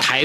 台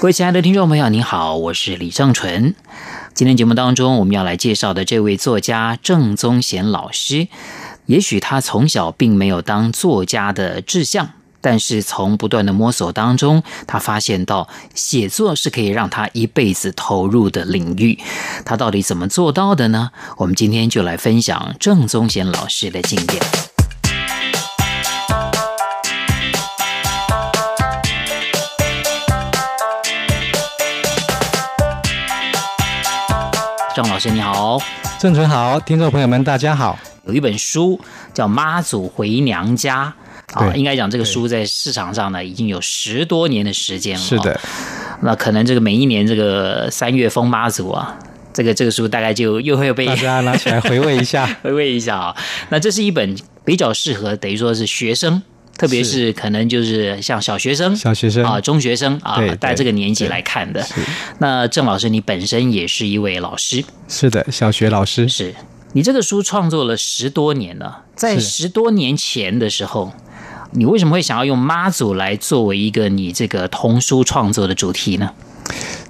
各位亲爱的听众朋友，您好，我是李正淳。今天节目当中，我们要来介绍的这位作家郑宗贤老师，也许他从小并没有当作家的志向，但是从不断的摸索当中，他发现到写作是可以让他一辈子投入的领域。他到底怎么做到的呢？我们今天就来分享郑宗贤老师的经验。郑老师你好，郑纯好，听众朋友们，大家好。有一本书叫《妈祖回娘家》啊，对应该讲这个对书在市场上呢已经有十多年的时间了。是的，，那可能这个每一年这个三月封妈祖啊，这个这个书大概就又会被大家拿起来回味一 。下回味一下啊。那这是一本比较适合等于说是学生，特别是是可能就是像小学生。小学生啊，中学生啊对，对带这个年纪来看的。那郑老师，你本身也是一位老师，是的，小学老师是你这个书创作了十多年了，在是十多年前的时候，你为什么会想要用妈祖来作为一个你这个童书创作的主题呢？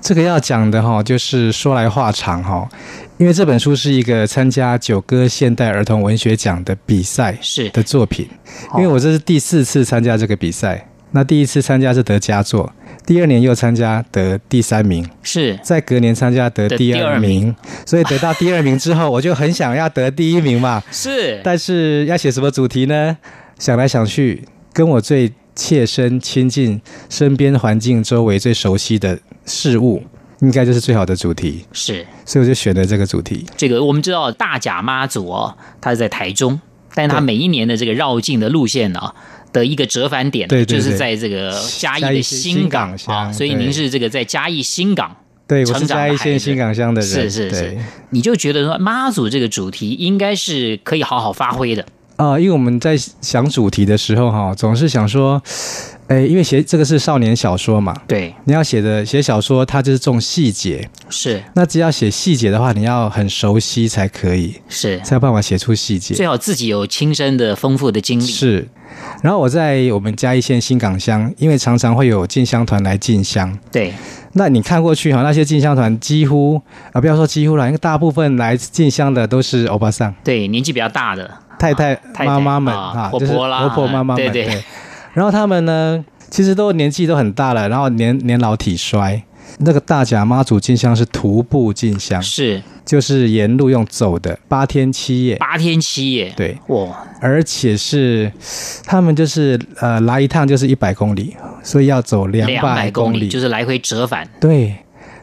这个要讲的哈，就是说来话长哈，因为这本书是一个参加九歌现代儿童文学奖的比赛是的作品，因为我这是第四次参加这个比赛，那第一次参加是得佳作，第二年又参加得第三名，是在隔年参加得得第第二二名，所以得到第二名之后，我就很想要得第一名嘛，是但是要写什么主题呢？想来想去，跟我最切身、亲近、身边环境周围最熟悉的事物，应该就是最好的主题，是，所以我就选了这个主题。这个我们知道大甲妈祖哦，它是在台中，但是它对每一年的这个绕境的路线呢、的一个折返点呢，对对就是对在这个嘉义嘉的义新新港新港啊，乡所以对您是这个在嘉义新港对，我成是长的孩嘉义子县新港乡的人，是是是对，你就觉得说妈祖这个主题应该是可以好好发挥的，啊、因为我们在想主题的时候，哈，总是想说，哎，因为写这个是少年小说嘛，对，你要写的写小说，它就是重细节。是那只要写细节的话，你要很熟悉才可以，是，才有办法写出细节。最好自己有亲身的丰富的经历，是，然后我在我们嘉义县新港乡，因为常常会有进香团来进香。对，那你看过去哈，那些进香团几乎啊，不要说几乎了，因为大部分来进香的都是欧巴桑、对，年纪比较大的，太太、太太妈妈们啊啊，婆就是婆啦婆婆妈妈们。对对然后他们呢，其实都年纪都很大了，然后年年老体衰。那个大甲妈祖进香是徒步进香，是就是沿路用走的，八天七夜。八天七夜，对，哇，而且是他们就是呃来一趟就是一百公里，所以要走两两百公公里。就是来回折返，对，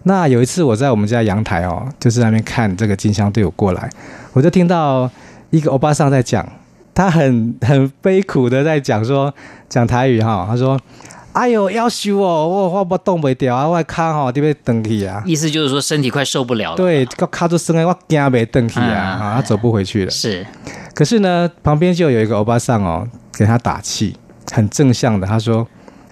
那有一次我在我们家阳台哦，就是在那边看这个进香队伍过来，我就听到一个欧巴桑在讲，他很 很悲苦的在讲说讲台语哈、他说。哎呦，要修哦，我我我动不掉啊，我卡吼得要登去啊。意思就是说身体快受不了了，，对，个卡住生的，我惊袂登啊去啊，嗯啊，他走不回去了。是可是呢，旁边就有一个欧巴桑哦，给他打气，很正向的。他说：“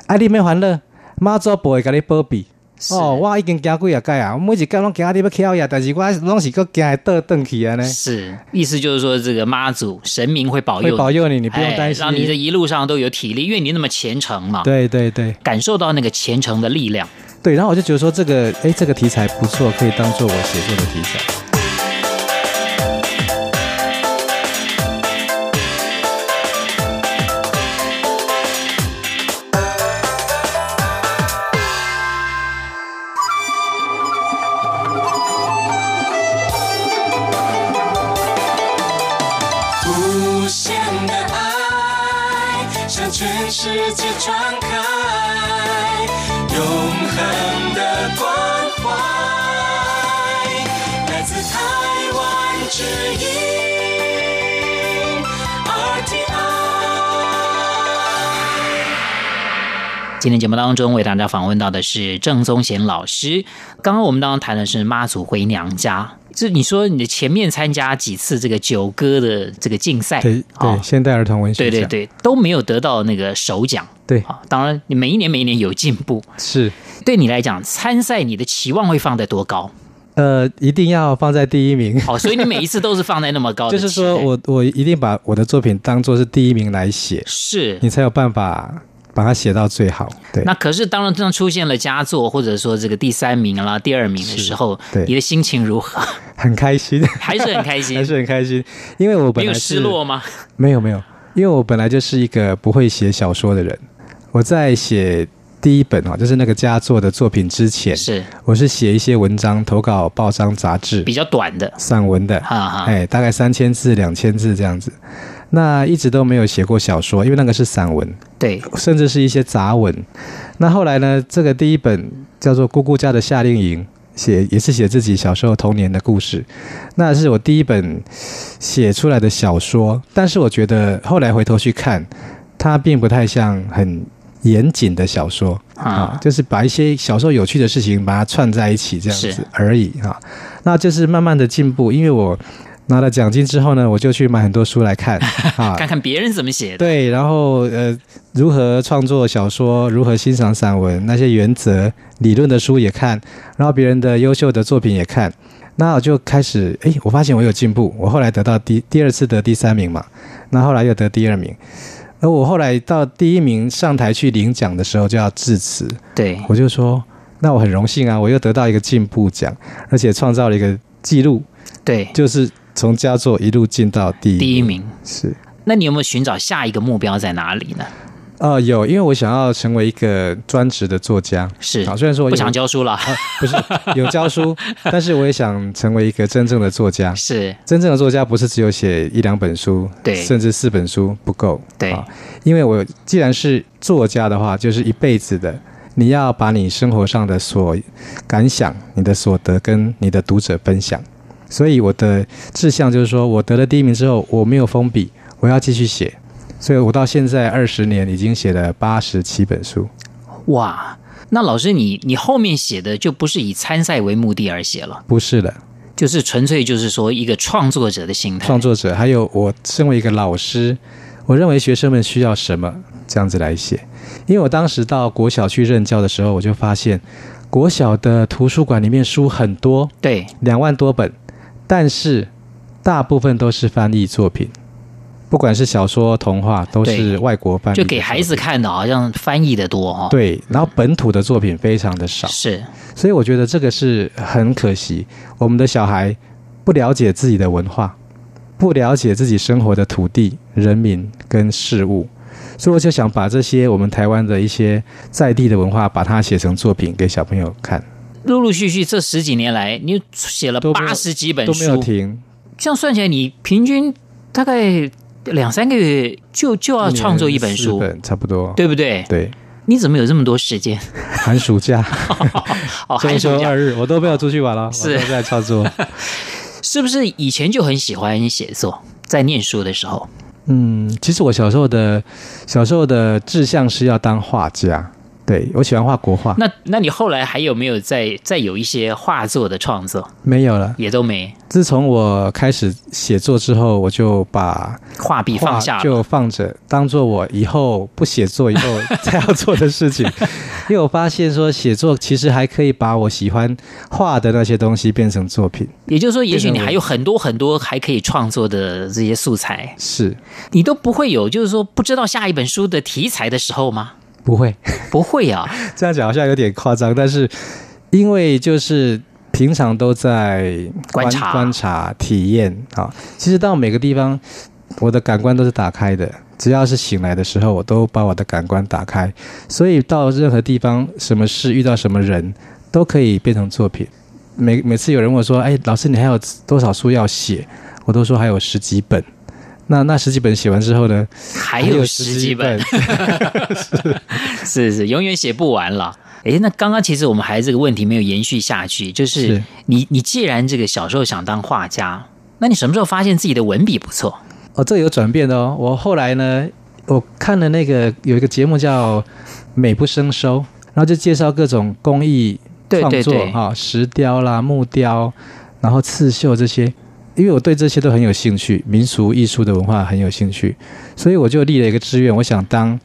啊，你免烦恼，妈祖不会给你保庇。是哦，我已经惊几啊届啊，每一届拢惊你要翘呀，但是我拢是个惊会倒转去啊呢，是，意思就是说这个妈祖神明会保会佑保佑你，你你不用担心。哎让你这一路上都有体力，因为你那么虔诚嘛，对对对感受到那个虔诚的力量。对，然后我就觉得说这个，哎，这个题材不错，可以当做我写作的题材。无限的爱向全世界传开，永恒的关怀来自台湾之音 RTI。今天节目当中为大家访问到的是郑宗贤老师。刚刚我们当中谈的是妈祖回娘家，就你说你的前面参加几次这个九歌的这个竞赛，对哦对，现代儿童文学对对奖，对，都没有得到那个首奖。对啊，当然你每一年每一年有进步。是对你来讲，参赛你的期望会放在多高？呃，一定要放在第一名。好，所以你每一次都是放在那么高 就的是期待，说我我一定把我的作品当做是第一名来写，是你才有办法把它写到最好。对，那可是，当然，当出现了佳作，或者说这个第三名啦、第二名的时候，对你的心情如何？ 很开心，还是很开 还心，是很开心，因为我没本有来失是落吗？没有没有，因为我本来就是一个不会写小说的人。我在写第一本哈，就是那个佳作的作品之前，是我是写一些文章投稿报章杂志比较啊短的，散文的，哈哈，哎，大概三千字两千字这样子。那一直都没有写过小说，因为那个是散文，对，甚至是一些杂文。那后来呢，这个第一本叫做《姑姑家的夏令营》，写也是写自己小时候童年的故事，那是我第一本写出来的小说。但是我觉得后来回头去看，它并不太像很严谨的小说啊啊，就是把一些小时候有趣的事情把它串在一起这样是子而已啊。那就是慢慢的进步，因为我。拿了奖金之后呢，我就去买很多书来看啊，看看别人怎么写的，对，然后呃，如何创作小说，如何欣赏散文，那些原则、理论的书也看，然后别人的优秀的作品也看。那我就开始，诶，我发现我有进步。我后来得到第第二次得第三名嘛，那后来又得第二名。而我后来到第一名上台去领奖的时候就要致辞，对，我就说，那我很荣幸啊，我又得到一个进步奖，而且创造了一个记录，对，就是从佳作一路进到第一第一名名。是。那你有没有寻找下一个目标在哪里呢？呃，有，因为我想要成为一个专职的作家。啊是好，虽然说不有啊想教书了，不是有教书，但是我也想成为一个真正的作 家。是真正的作家不是只有写一两本书，对甚至四本书不够。对啊因为我既然是作家的话，就是一辈子的。你要把你生活上的所感想、你的所得跟你的读者分享。所以我的志向就是说，我得了第一名之后，我没有封笔，我要继续写。所以我到现在二十年已经写了八十七本书。哇。那老师你，你后面写的就不是以参赛为目的而写了，不是的，就是纯粹就是说一个创作者的心态。创作者，还有我身为一个老师，我认为学生们需要什么，这样子来写。因为我当时到国小去任教的时候，我就发现国小的图书馆里面书很多，对，两万多本，但是大部分都是翻译作品，不管是小说、童话，都对是外国翻译就的作品，给孩子看的，好像翻译的多哦。对，然后本土的作品非常的少。是所以我觉得这个是很可惜，我们的小孩不了解自己的文化，不了解自己生活的土地、人民跟事物，所以我就想把这些我们台湾的一些在地的文化，把它写成作品给小朋友看，陆陆续续这十几年来，你写了都没有八十几本都没有书，停。这样算起来，你平均大概两三个月就就要哦创作一本四书，本差不多。对不对？对，你怎么有这么多时间？寒暑假、哎哦，寒周暑休假 二日，我都没有出去玩了，是我都在 创作。是不是以前就很喜欢写作？在念书的时候，嗯，其实我小时候的小时候的志向是要当画家，对我喜欢画国画，那那你后来还有没有再再有一些画作的创作？没有了。也都没自从我开始写作之后，我就把画笔画放下了，就放着，当做我以后不写作以后才要做的 事情。因为我发现说，写作其实还可以把我喜欢画的那些东西变成作品。也就是说，也许你变成我还有很多很多还可以创作的这些素材。是你都不会有，就是说不知道下一本书的题材的时候吗？不会不会 啊，这样讲好像有点夸张，但是因为就是。平常都在观察观察、体验啊。其实到每个地方，我的感官都是打开的。只要是醒来的时候，我都把我的感官打开，所以到任何地方、什么事、遇到什么人，都可以变成作品。每每次有人问我说：“哎，老师，你还有多少书要写？”我都说还有十几本。那那十几本写完之后呢？还有十几本，，是是，永远写不完了。诶，那刚刚其实我们还这个问题没有延续下去，就是是你你既然这个小时候想当画家，那你什么时候发现自己的文笔不错？哦，这个有转变的哦。我后来呢，我看了那个有一个节目叫《美不胜收》，然后就介绍各种工艺对创对作对哈、石雕啦、木雕，然后刺绣这些。因为我对这些都很有兴趣，民俗艺术的文化很有兴趣，所以我就立了一个志愿，我想当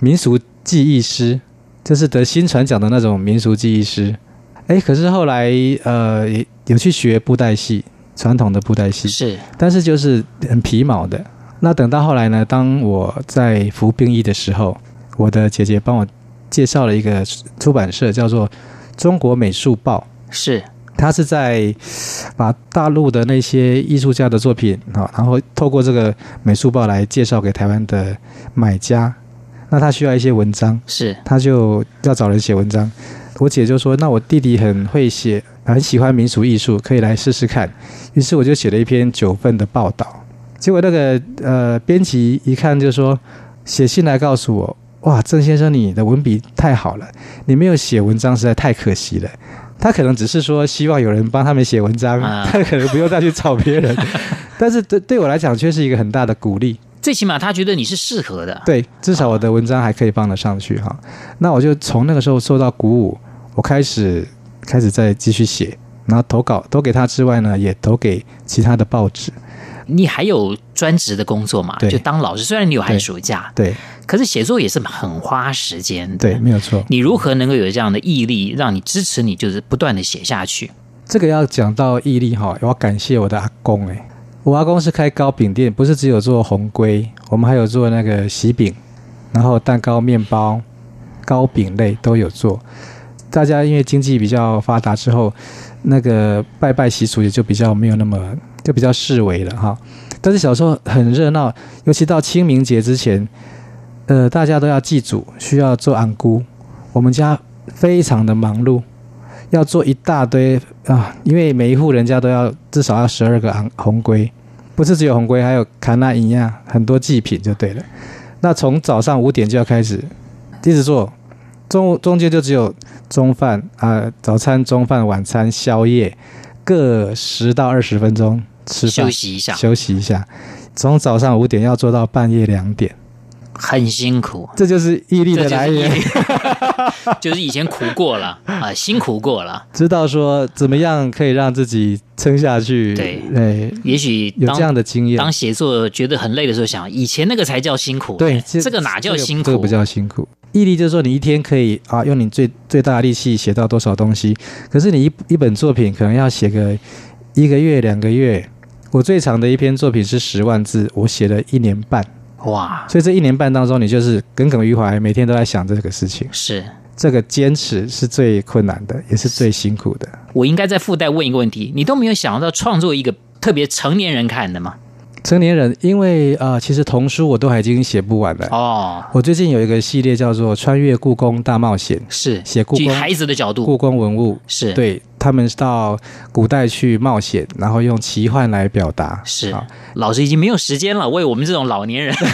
民俗技艺师，就是得新传奖的那种民俗技艺师。哎，可是后来呃也有去学布袋戏，传统的布袋戏，是但是就是很皮毛的。那等到后来呢，当我在服兵役的时候，我的姐姐帮我介绍了一个出版社，叫做《中国美术报》。是它是在把大陆的那些艺术家的作品啊，然后透过这个美术报来介绍给台湾的买家。那他需要一些文章，是他就要找人写文章。我姐就说：“那我弟弟很会写，很喜欢民俗艺术，可以来试试看。”于是我就写了一篇九份的报道。结果那个呃，编辑一看就说，写信来告诉我：“哇，郑先生，你的文笔太好了，你没有写文章实在太可惜了。”他可能只是说希望有人帮他们写文章，啊他可能不用再去找别人。但是对对我来讲，却是一个很大的鼓励。最起码他觉得你是适合的。 对，至少我的文章还可以放得上去哈。那我就从那个时候受到鼓舞，我开始开始再继续写，然后投稿投给他之外呢，也投给其他的报纸。你还有专职的工作嘛？对就当老师，虽然你有寒暑假，对可是写作也是很花时间的。对，，没有错。你如何能够有这样的毅力，让你支持你就是不断的写下去？这个要讲到毅力哈，我要感谢我的阿公哎、我阿公是开糕饼店，不是只有做红龟，我们还有做那个喜饼，然后蛋糕、面包、糕饼类都有做。大家因为经济比较发达之后，那个拜拜习俗也就比较没有那么就比较视为了哈。但是小时候很热闹，尤其到清明节之前，呃，大家都要祭祖，需要做昂姑，我们家非常的忙碌。要做一大堆啊，因为每一户人家都要至少要十二个昂红龟，不是只有红龟，还有卡纳银亚，很多祭品就对了。那从早上五点就要开始，一直做，中午中间就只有中饭啊、早餐、中饭、晚餐、宵夜，各十到二十分钟吃饭休息一下，休息一下，从早上五点要做到半夜两点，很辛苦。这就是毅力这的就是来毅源。力， 就是以前苦过了啊，辛苦过了。知道说怎么样可以让自己撑下去，对哎也许有这样当的经验当。写作觉得很累的时候想，以前那个才叫辛苦，哎对，这个哪叫辛苦？这个不叫辛苦。毅力就是说，你一天可以啊，用你最最大的力气写到多少东西。可是你一一本作品可能要写个一个月、两个月。我最长的一篇作品是十万字，我写了一年半。哇，所以这一年半当中，你就是耿耿于怀，每天都在想这个事情。是这个坚持是最困难的，也是最辛苦的。我应该在附带问一个问题，你都没有想到创作一个特别成年人看的吗？成年人，因为呃，其实童书我都还已经写不完了。哦，我最近有一个系列叫做《穿越故宫大冒险》，是写故宫以孩子的角度故宫文物是对他们是到古代去冒险，然后用奇幻来表达。是啊，老师已经没有时间了，为我们这种老年人。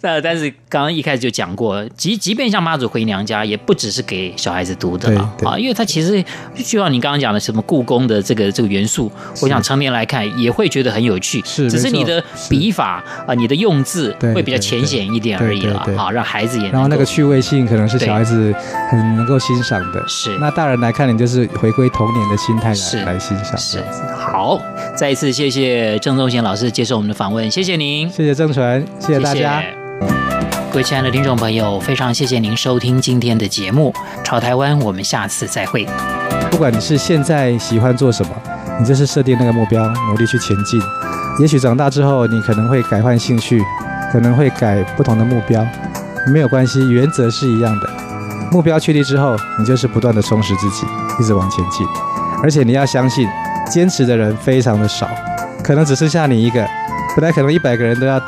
那但是刚刚一开始就讲过，即即便像妈祖回娘家，也不只是给小孩子读的啦对对啊，因为它其实就像你刚刚讲的什么故宫的这个这个元素，我想成年来看也会觉得很有趣，是只是没错你的是笔法啊、你的用字对会比较对浅显一点而已了对对对啊，让孩子也然后能那够个趣味性可能是对小孩子很能够欣赏的。是那大人来看，你就是回归童年的心态是来来欣赏。是好，再一次谢谢郑宗贤老师接受我们的访问，谢谢您。谢谢郑纯，谢谢大家。各位亲爱的听众朋友，非常谢谢您收听今天的节目《朝台湾》，我们下次再会。不管你是现在喜欢做什么，你就是设定那个目标，努力去前进。也许长大之后，你可能会改换兴趣，可能会改不同的目标，没有关系，原则是一样的。目标确立之后，你就是不断的充实自己，一直往前进。而且你要相信，坚持的人非常的少，可能只剩下你一个。本来可能一百个人都要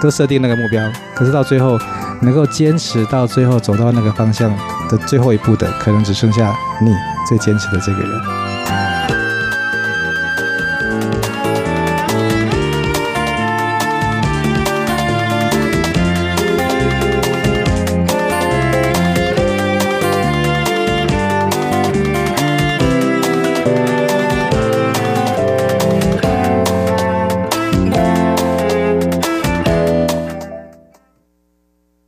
都设定那个目标，可是到最后能够坚持到最后走到那个方向的最后一步的，可能只剩下你最坚持的这个人。